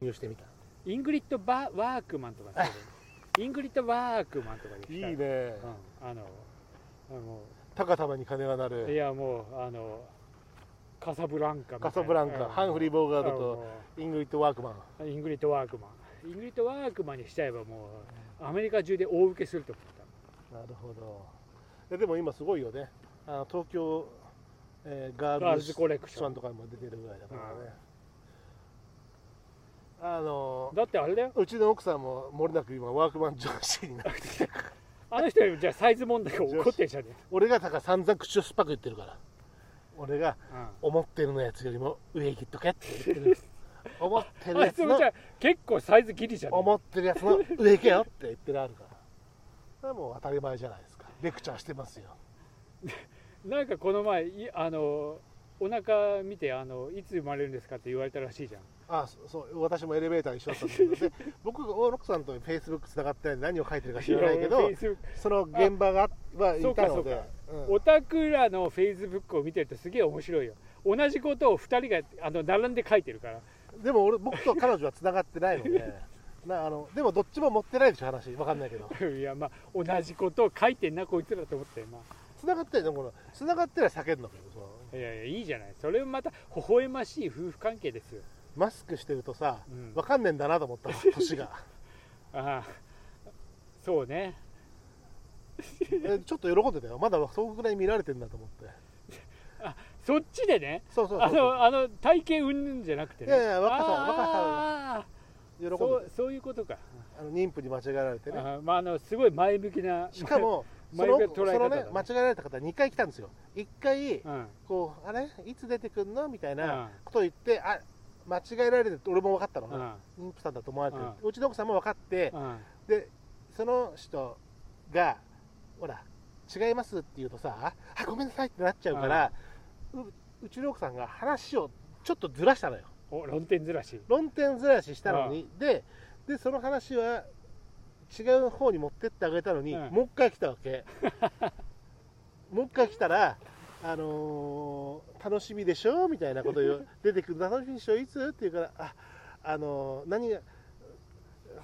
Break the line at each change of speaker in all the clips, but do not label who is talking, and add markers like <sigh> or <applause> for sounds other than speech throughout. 入手してみた
イングリッド・バワークマンとかそういうイングリッド・ワークマンとか
い
で
い
すから
ね
うん、あのあの
高さまに金が鳴
い
る
やもうあのカサブランカみたいな
カサブランカハンフリー・ボーガードと
と
イングリッド・ワークマン
イングリッド・ワークマンイングリッド・ワークマンにしちゃえばもうアメリカ中で大受けすると思った
なるほどででも今すごいよねあの東京、えーガー
ガー
ル
ル
ズ
ズ
コ
コ
レ
レ
ク
ク
シ
シ
ョ
ョ
ン
ン
とかも出てるぐらいだからねあの
だってあれだよ
うちの奥さんももれなく今ワークマン女子にな <laughs> ってきて
あの人よりじゃあサイズ問題が起こってんじゃね
俺がだから散々口を酸っぱく言ってるから俺が
え、うん
思ってるのやつよりも上切っとけって言 <laughs> ってる思ってる
あ
や
いつ
つ
も
の
じゃあ結構サイズギリじゃん、
思ってるやつの上行けよって言ってるあるからそれはもう当たり前じゃないですかレクチャーしてますよ
なんかこの前いあのお腹見てあのいつ生まれるんですかって言われたらしいじゃん
あそそう私もエレベーター一緒だったんですけどで
<laughs>
僕が大六さんとフェイスブックつながってないんで何を書いてるか知らないけ
や
ど
俺 Facebook
その現場がはい
そう
た
か
のでうん
オタクらのフェイスブックを見てるとすげえ面白いよ同じことを2人があの並んで書いてるから <laughs>
でも俺僕と彼女はつながってないのでなあのでもどっちも持ってないでしょ話わかんないけど
いやまあ同じことを書いてんなこいつらと思ってま
つながってるのこのつながってりゃ避けるのけどその
あいやいやいいじゃないそれもまた微笑ましい夫婦関係ですよ、
マスクしてるとさ
うん、
わかんねえんだなと思ったの年
<laughs>
が
ああそうね
えちょっと喜んでたよまだそのぐらい見られてんだと思って
そっちでね
そうそうそう
あのあの体型うんぬんじゃなくてね
いやいや若さ若さ
ああ
喜んでた
そうそういうことか、
あの妊婦に間違えられてね
ああまああのすごい前向きな
しか、もそ
前
の
前が
そ
捉え方
の
だ
ね間違えられた方2回来たんですよ1回
<laughs> うん
こうあれいつ出てくんのみたいな
うん
ことを言ってあ間違えられてるって俺も分かったの
うん
妊婦さんだと思われてる
う
うちの奥さんも分かって
うん
でその人がほら違いますって言うとさあごめんなさいってなっちゃうからううちの奥さんが話をちょっとずらしたのよ
お論点ずらし
論点ずらししたのにででその話は違う方に持ってってあげたのに、
うん
もう一回来たわ
<laughs>
けもう一回来たらあのー楽しみでしょみたいなことを出てくる楽しみでしょいつって言うからああのー何が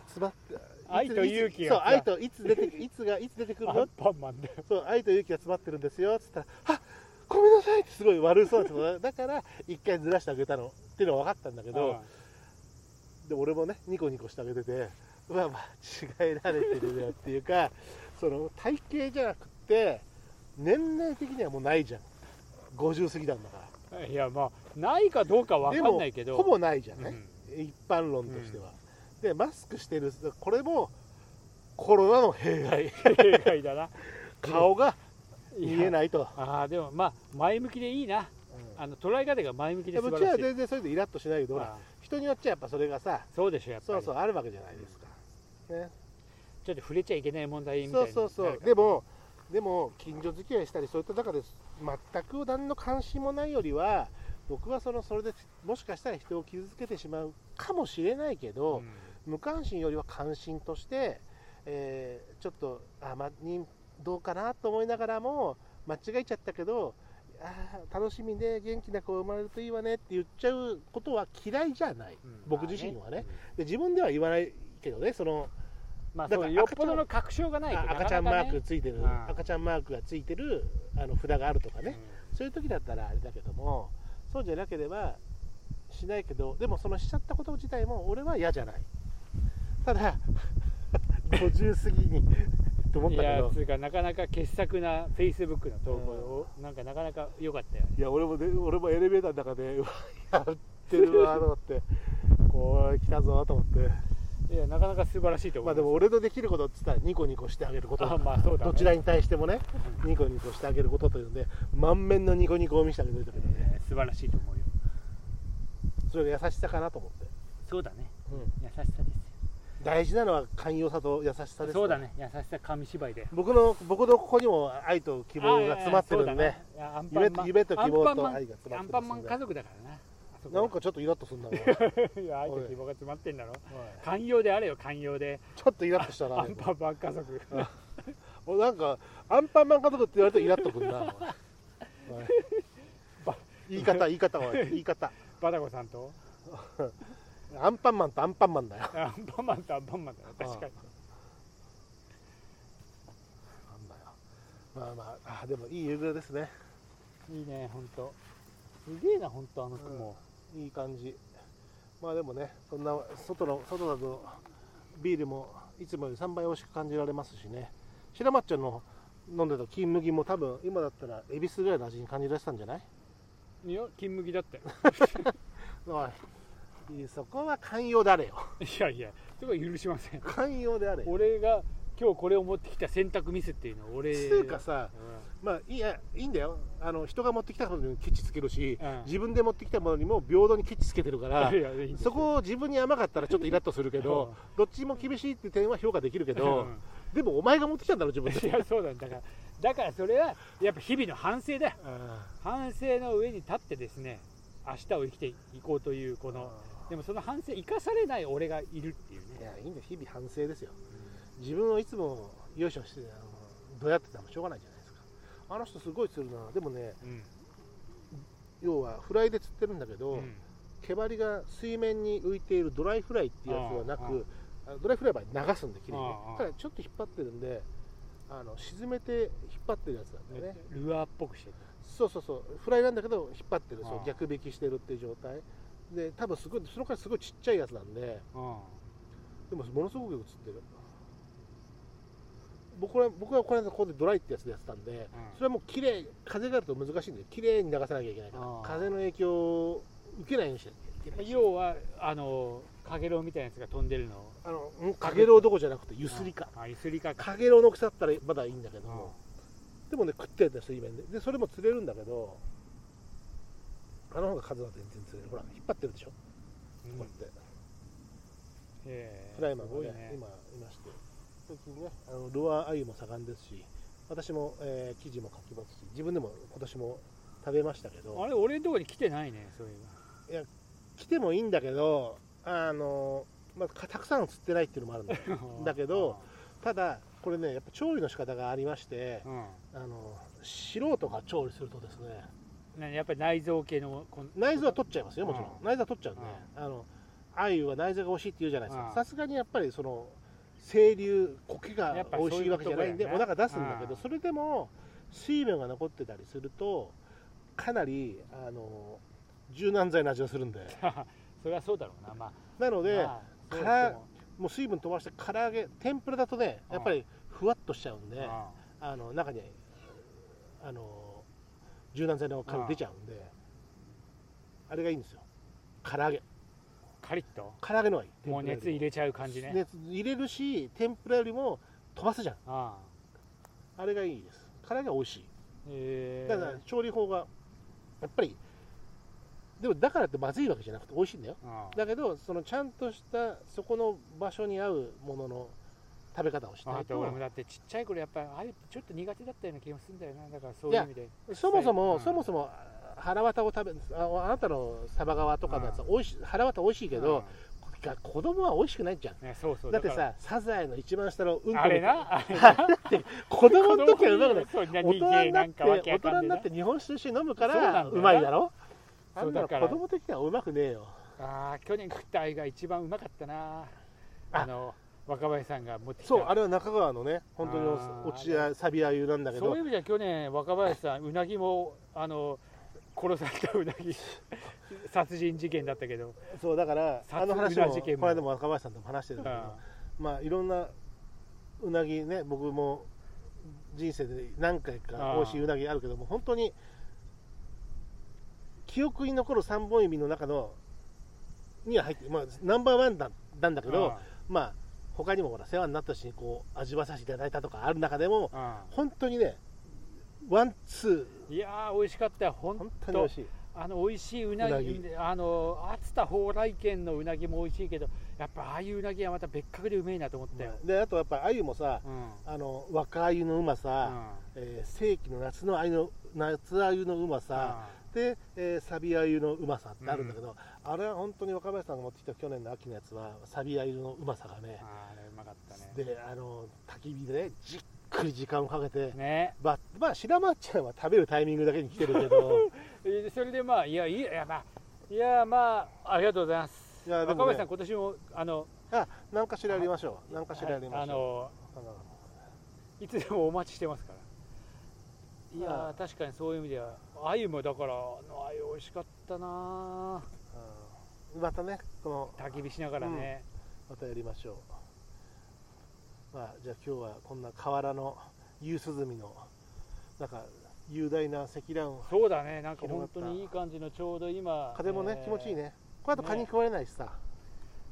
詰まって
愛
つ
と勇気が
そう愛といつ出ていつがいつ出てくる
ア
の
ンパンマンだよ
そう愛と勇気が詰まってるんですよっつったら「あごめんなさい」ってすごい悪そうな人だだから一回ずらしてあげたのっていうのは分かったんだけ
け
ど、で俺もねニコニコしてあげててうわ間違えられてるなっていうかその体型じゃなくて年齢的にはもうないじゃん50過ぎたんだか
<laughs> いやまあないかどうかわ
ら
かんないけ
で
ど
もほぼないじゃ
うんん <laughs>
ね、一般論としては、でマスクしてるこれもコロナの弊害
正解だな
顔が見え
いや
ないと、
ああでもまあ前向きでいいな
うん
あの捉え方が前向き
い
で
や
素
う
晴
ち
ら
は
しい
全然それでイラッとしないけどほら
ああ
人によっちゃやっぱそれがさ
そうでしょやっぱ
そ
り
うそうあるわけじゃないですか、ね、
ちょっと触れちゃいけない問題みたい
そう
に
そうそ
な
う
るから
でもでも近所付き合いしたりそういった中で全く何の関心もないよりは僕はそのそれでもしかしたら人を傷つけてしまうかもしれないけど、
うん
無関心よりは関心として、えーちょっとあ、ま、にどうかなと思いながらも間違えちゃったけどあー楽しみで元気な子が生まれるといいわねって言っちゃうことは嫌いじゃない、
うん
僕自身はね,、
まあ
で自分では言わないけどねその
まあ
だ
そ
から
うよっぽどの確証がないと
あ
なかなか
赤ちゃんマーク
ね
ついてる、
うん
赤ちゃんマークがついてるあの札があるとかね、
うん
そういう時だったらあれだけどもそうじゃなければしないけどでもそのしちゃったこと自体も俺は嫌じゃないただ <laughs> 50過ぎにと思っ
い
たけ
や
ど
つうかなかなか傑作なフェイスブックの投稿を、なんかなかなか良かったよね
いや俺もね俺もエレベーターの中でう <laughs> わやってるわと思って
<laughs>
こう来たぞと思って
いやなかなか素晴らしいと思
まあ
い
で
ます
も俺のできることって言ったらニコニコしてあげること
あまあそうだね
どちらに対してもねニコニコしてあげることというので満面のニコニコを見せてあげるというね
えー素晴らしいと思うよ
それが優しさかなと思って、
そうだね優しさです
大事なのは寛容さと優しさです
よ
ね
そうだね優しさ紙芝居で
僕の僕のここにも愛と希望が詰まってるんで、
あいやいやそうだね
夢と夢と希望と
アンパンマン
愛が詰ま
ア
っ
ン
てま
パ
す
ンマン
んで
家族だからなあそこ
なんかちょっとイラッとするんだもん
<laughs> いや愛と
おい
希望が詰まってんだろ寛容であれよ寛容で
ちょっとイラッとしたな
アンパンマン家族
俺なんかアンパンマン家族って言われるとイラッとくるなおいお
<laughs>
い言い方言い方おい言い方
バタコさんと
アンパンマンとアンパンマンだよ。
アンパンマンとアンパンマンだよ確かに
なんだよ。まあまあ、あでもいい夕暮れですね。
いいね本当すげえな本当あの雲、
いい感じ。まあでもね、そんな外の外だとビールもいつもより3倍美味しく感じられますしね。白松ちゃんの飲んでた金麦も多分今だったら恵比寿ぐらいの味に感じられてたんじゃない
いや金麦だったよ
おいいいそこは寛容であれよ。 <laughs>
いやいやそこは許しません
寛容であれよ。
俺が今日これを持ってきた洗濯ミスっていうのは俺
つうかさ、
う
まあいいやいいんだよあの人が持ってきたものにケチつけるし、
うん
自分で持ってきたものにも平等にケチつけてるか
ん
ら
<laughs> いやいやいいんですよ
そこを自分に甘かったらちょっとイラッとするけどどっちも厳しいっていう点は評価できるけ
う
ど
ん
でもお前が持ってきたんだろ自分
<laughs> い
で
やそうなんだからだからそれはやっぱ日々の反省だよ
あ
反省の上に立ってですね明日を生きていこうというこの
あ
でもその反省生かされない俺がいるっていう
い
ね
やいいんだよ日々反省ですよ自分をいつもよいしょしてあのどうやってたもしょうがないじゃないですかあの人すごい釣るなでもね
うん
要はフライで釣ってるんだけど、
うん
毛針が水面に浮いているドライフライっていうやつはな
うんう
くあのドライフライは流すんで綺麗にね
うんうん
ただちょっと引っ張ってるんであの沈めて引っ張ってるやつなんだよね
ルアーっぽくしてる
そうそうそうフライなんだけど引っ張ってるそう
うん
逆引きしてるっていう状態で多分すごいその回すごいちっちゃいやつなんで
うん
でもものすごくよく釣ってる僕は僕はこの間ここでドライってやつでやってたんで、それはもう綺麗風があると難しいんで綺麗に流さなきゃいけないから
うん
風の影響を受けないようにしなきゃいけない
要はあのカゲロウみたいなやつが飛んでるのを
あのうんかげろうどこじゃなくてゆすりか
あゆすりか
かげろうの大きさだったらまだいいんだけどもでもね食ってるんだよ水面ででそれも釣れるんだけどあの方が数は全然釣れるほら引っ張ってるでしょこ
うん
うやって
へえ
フライマン
すご
が
い
ね
ね
今いまして最近ねあのルアーアユも盛んですし私も、えー記事も書きますし自分でも今年も食べましたけ
あ
ど
れ俺のとこに来てないねそういう
来てもいいんだけどあの、まあ、かたくさんは釣ってないっていうのもあるんだよ
の
だけどただこれねやっぱ調理の仕方がありまして
<laughs> うんうん
あの素人が調理するとですね
何やっぱり内臓系のこん
内臓は取っちゃいますよもちろん、
う
内臓は取っちゃうんで、あの鮎は内臓が美味しいって言うじゃないですかさすがにやっぱりその清流苔が
やっぱ
美味しいわけじゃないんで
そういう
お
とこだよ
腹
ね
出すんだけど、
うん
それでも水分が残ってたりするとかなりあの柔軟剤の味がするんで
<laughs> それはそうだろうなまあ
なので、
まあそう
から
でも
もう水分飛ばして唐揚げ天ぷらだとねやっぱりふわっとしちゃうんで、
うん
あの中にあの柔軟剤の香り出ちゃうんで、あれがいいんですよ唐揚げ
カリッと
唐揚げの方がいい
もう熱入れちゃう感じね
熱入れるし天ぷらよりも飛ばすじゃん
ああ
あれがいいです唐揚げは美味し
へ
い
え
だから調理法がやっぱりでもだからってまずいわけじゃなくて美味しいんだよ
ああ
だけどそのちゃんとしたそこの場所に合うものの食べ方をし
あ
ない
と俺も
と
だってちっちゃい頃やっぱりあれちょっと苦手だったような気がするんだよなだからそういう意味で
そもそも、
うん
そもそも腹わたを食べああなたのサバ川とかのやつは美味しい腹わた美味しいけど、子供は美味しくないじゃん
うんねそうそう
だって
から
さサザエの一番下のうんこ
あれなあれ
子供の時はうまくない
<laughs> そう
大人になっ
ん
て
かわけ
大
わ
人
かん
に
ね
な
え
って日本酒と一緒に飲むか
そうなん
ら
だよ
う
な
まいだろあ
そうん
な
だ
の
から
子供的にはうまくねえよ
ああ去年食ったあれが一番うまかったな
あ
あの若林さんが持ってきた
そうあれは中川のね本当に
あー
落ちやサビア湯なんだけ
そう
ど
いう意味じゃ去年若林さんうなぎもあの殺されたうな
<laughs>
ぎ殺人事件だったけど、
そうだから
殺
あの話
う
も
な事件も
この間も若林さんとも話して
う
るん
ん
だけどまあいろんなうなぎね僕も人生で何回か美味しいうなぎあるけども本当に記憶に残る3本指の中のには入って、まあ、ナンバーワンだなんだけど、まあ他にもほら世話になったしこう味わさせていただいたとかある中でも
うんうん
本当にねワンツ
いやー美味しかったよ
ー
本
本当に美
当
味しいう
あの美味しいうなぎ
うなぎ
あの熱田蓬莱軒のうなぎも美味しいけどやっぱああいううなぎはまた別格でうめえなと思ったよ、
まいであとやっぱ鮎もさ
うん
あの若鮎のうま
う
さ、
ん
えー世紀の夏の鮎の夏鮎のうまさ、で、えーサビ鮎のうまさってあるんだけど、あれは本当に若林さんが持ってきた去年の秋のやつはサビ鮎のうまさがね
あ、あれうまかったね
であの焚き火でねじっくり時間をかけて、
ね
まあまあ白松ちゃんは食べるタイミングだけに来てるけど
えーそれでまあいやいいいやまあいやまあありがとうございます
いやで
若
も、
林さ
ね
ん、、今年もあの
あ何かしらやりましょう何かしらやりま
あ
しょ
の
うあの
いつでもお待ちしてますから。いやー
ああ
確かにそういう意味では鮎もだからあの鮎美味しかったなー
うんまたねこの
焚き火しながらね、
またやりましょうまあじゃあ今日はこんな河原の夕涼みのなんか雄大な積乱雲
そうだねなんか
広が
本
った
当にいい感じのちょうど今
風もね、
えー
気持ちいいねこれだと蚊に食われないしさ、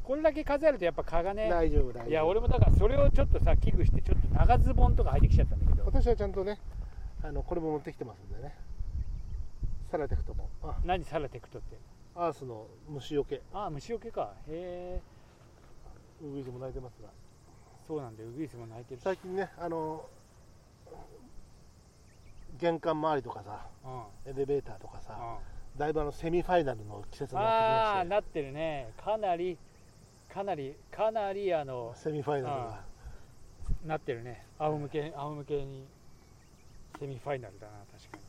これだけ風あるとやっぱ蚊がね
大丈夫大丈夫
いや俺もだからそれをちょっとさ危惧してちょっと長ズボンとか履いてきちゃったんだけど
私はちゃんとねあのこれも持ってきてますんでねサラテクトもあ
何サラテクトって
アースの虫よけ
ああ虫よけかへえ
ウグイスも鳴いてますが
そうなんだよウグイスも鳴いてるし、
最近ねあの玄関周りとかさ
うんうん、
エレベーターとかさ
あ
だいぶあのセミファイナルの季節にな
あ
ってきま
なってるねかなりかなりかなりあの
してセミファイナルが
なってるね仰向け仰向けにセミファイナルだな確かに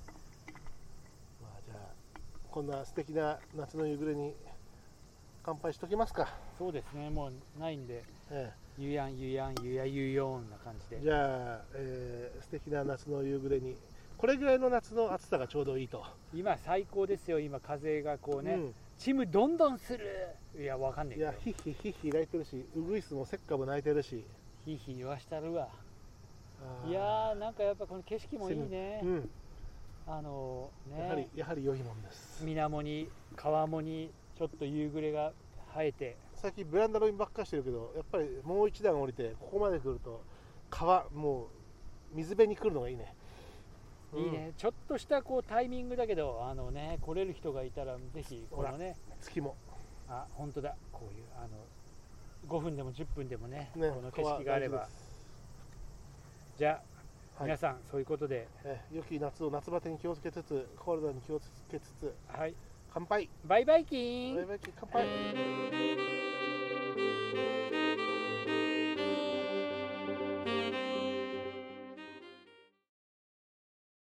まあ、じゃあこんな素敵な夏の夕暮れに乾杯しときますか、
そうですねもうないんで
え
ゆやんゆやんゆやゆよんな感
え、
じで
じゃあ、えー素敵な夏の夕暮れにこれぐらいの夏の暑さがちょうどいいと、
今最高ですよ今風がこうね、
うん
チームどんどんするいやわかんない
い
けど
やヒッヒッヒッヒ泣いてるしウグイスもせっかも泣いてるし
ひいひい言わしたるわ
あー
いやーなんかやっぱこの景色もいいね
うん、
あの
やはり
ね
やはり良いもんです
水面に川面にちょっと夕暮れが生えて
最近ベランダのみばっかしてるけどやっぱりもう一段降りてここまで来ると川もう水辺に来るのがいいね
いいね、ちょっとしたこうタイミングだけどあのね来れる人がいたらぜひこのね
うん月も
あ本当だこういうあの5分でも10分でもね
ね
この景色があ
川大事
れば
です
じゃあ、
はい
皆さんそういうことで
えー良き夏を夏バテに気をつけつつコールドに気をつけつつ
はい
乾杯
バイバイキーン
バイバイ乾杯